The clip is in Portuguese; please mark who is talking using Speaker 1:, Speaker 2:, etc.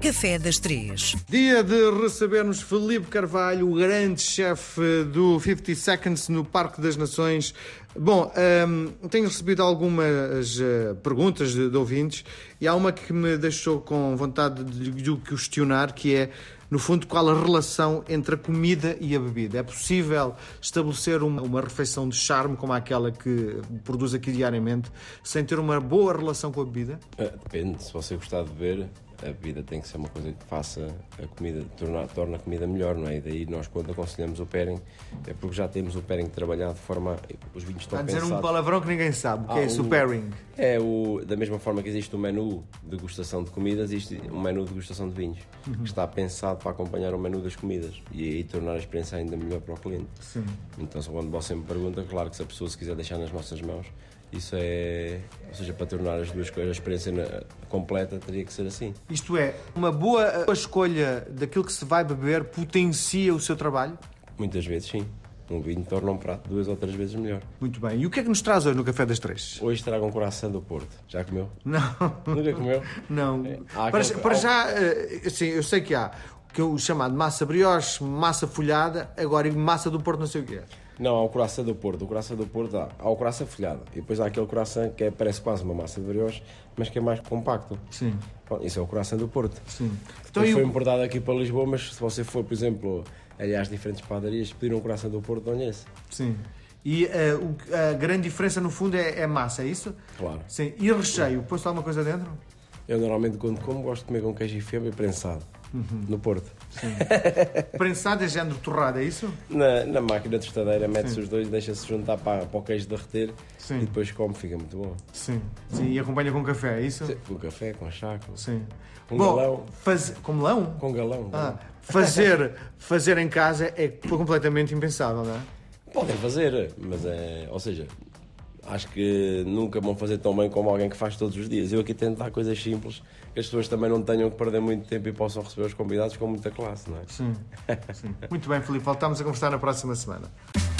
Speaker 1: Café das Três.
Speaker 2: Dia de recebermos Felipe Carvalho, o grande chefe do 50 Seconds no Parque das Nações. Bom, hum, tenho recebido algumas eh, perguntas de, de ouvintes e há uma que me deixou com vontade de lhe questionar, que é, no fundo, qual a relação entre a comida e a bebida. É possível estabelecer uma, uma refeição de charme como aquela que produz aqui diariamente sem ter uma boa relação com a bebida?
Speaker 3: Ah, Depende, se você gostar de beber, a bebida tem que ser uma coisa que faça a comida, torna, torna a comida melhor, não é? E daí nós, quando aconselhamos o pairing, é porque já temos o pairing trabalhado de forma. Os vinhos
Speaker 2: Está
Speaker 3: estão
Speaker 2: a dizer
Speaker 3: pensados.
Speaker 2: um palavrão que ninguém sabe, que
Speaker 3: Há
Speaker 2: é isso,
Speaker 3: um-
Speaker 2: o pairing.
Speaker 3: É o, da mesma forma que existe um menu de degustação de comidas, existe um menu de degustação de vinhos,
Speaker 2: Uhum.
Speaker 3: que está pensado para acompanhar o menu das comidas e aí tornar a experiência ainda melhor para o cliente.
Speaker 2: Sim.
Speaker 3: Então, se quando você me pergunta, claro que se a pessoa se quiser deixar nas nossas mãos, isso é. Ou seja, para tornar as duas coisas, a experiência na- completa, teria que ser assim.
Speaker 2: Isto é, uma boa eh, boa escolha daquilo que se vai beber potencia o seu trabalho?
Speaker 3: Muitas vezes, sim. Um vinho torna um prato duas ou três vezes melhor.
Speaker 2: Muito bem. E o que é que nos traz hoje no Café das Três?
Speaker 3: Hoje trago um coração do Porto. Já comeu?
Speaker 2: Não,
Speaker 3: Nunca comeu?
Speaker 2: não.
Speaker 3: É, há
Speaker 2: para,
Speaker 3: aquele-
Speaker 2: já- para já, eh, sim, eu sei que há que é o chamado massa brioche, massa folhada, agora e massa do Porto não sei o que é.
Speaker 3: Não, há o coração do Porto. O coração do Porto há, há o coração folhado. E depois há aquele coração que é, parece quase uma massa de brioche, mas que é mais compacto.
Speaker 2: Sim.
Speaker 3: Bom, isso é o coração do Porto.
Speaker 2: Sim. Então,
Speaker 3: Depois
Speaker 2: e
Speaker 3: foi
Speaker 2: o-
Speaker 3: importado aqui para Lisboa, mas se você for, por exemplo, ali às diferentes padarias, pediram um coração do Porto, não é esse?
Speaker 2: Sim. E eh, o que- a grande diferença no fundo é, é massa, é isso?
Speaker 3: Claro.
Speaker 2: Sim. E recheio, pôs alguma coisa dentro?
Speaker 3: Eu normalmente, quando como, gosto de comer com queijo e febra e prensado.
Speaker 2: Uhum.
Speaker 3: No Porto.
Speaker 2: Prensado é género torrado, é isso?
Speaker 3: Na, na máquina tostadeira mete-se os dois, deixa-se juntar para, para o queijo derreter
Speaker 2: Sim.
Speaker 3: e depois come, fica muito bom.
Speaker 2: Sim. Sim, e acompanha com café, é isso?
Speaker 3: Com café, com chá, com,
Speaker 2: Sim.
Speaker 3: Com
Speaker 2: Bom,
Speaker 3: galão.
Speaker 2: faz- Com melão?
Speaker 3: com galão.
Speaker 2: Ah, fazer, fazer em casa é completamente impensável, não é?
Speaker 3: Podem fazer, mas é. Ou seja, acho que nunca vão fazer tão bem como alguém que faz todos os dias. Eu aqui tento dar coisas simples que as pessoas também não tenham que perder muito tempo e possam receber os convidados com muita classe, não é?
Speaker 2: Sim. Muito bem, Filipe. Voltamos a conversar na próxima semana.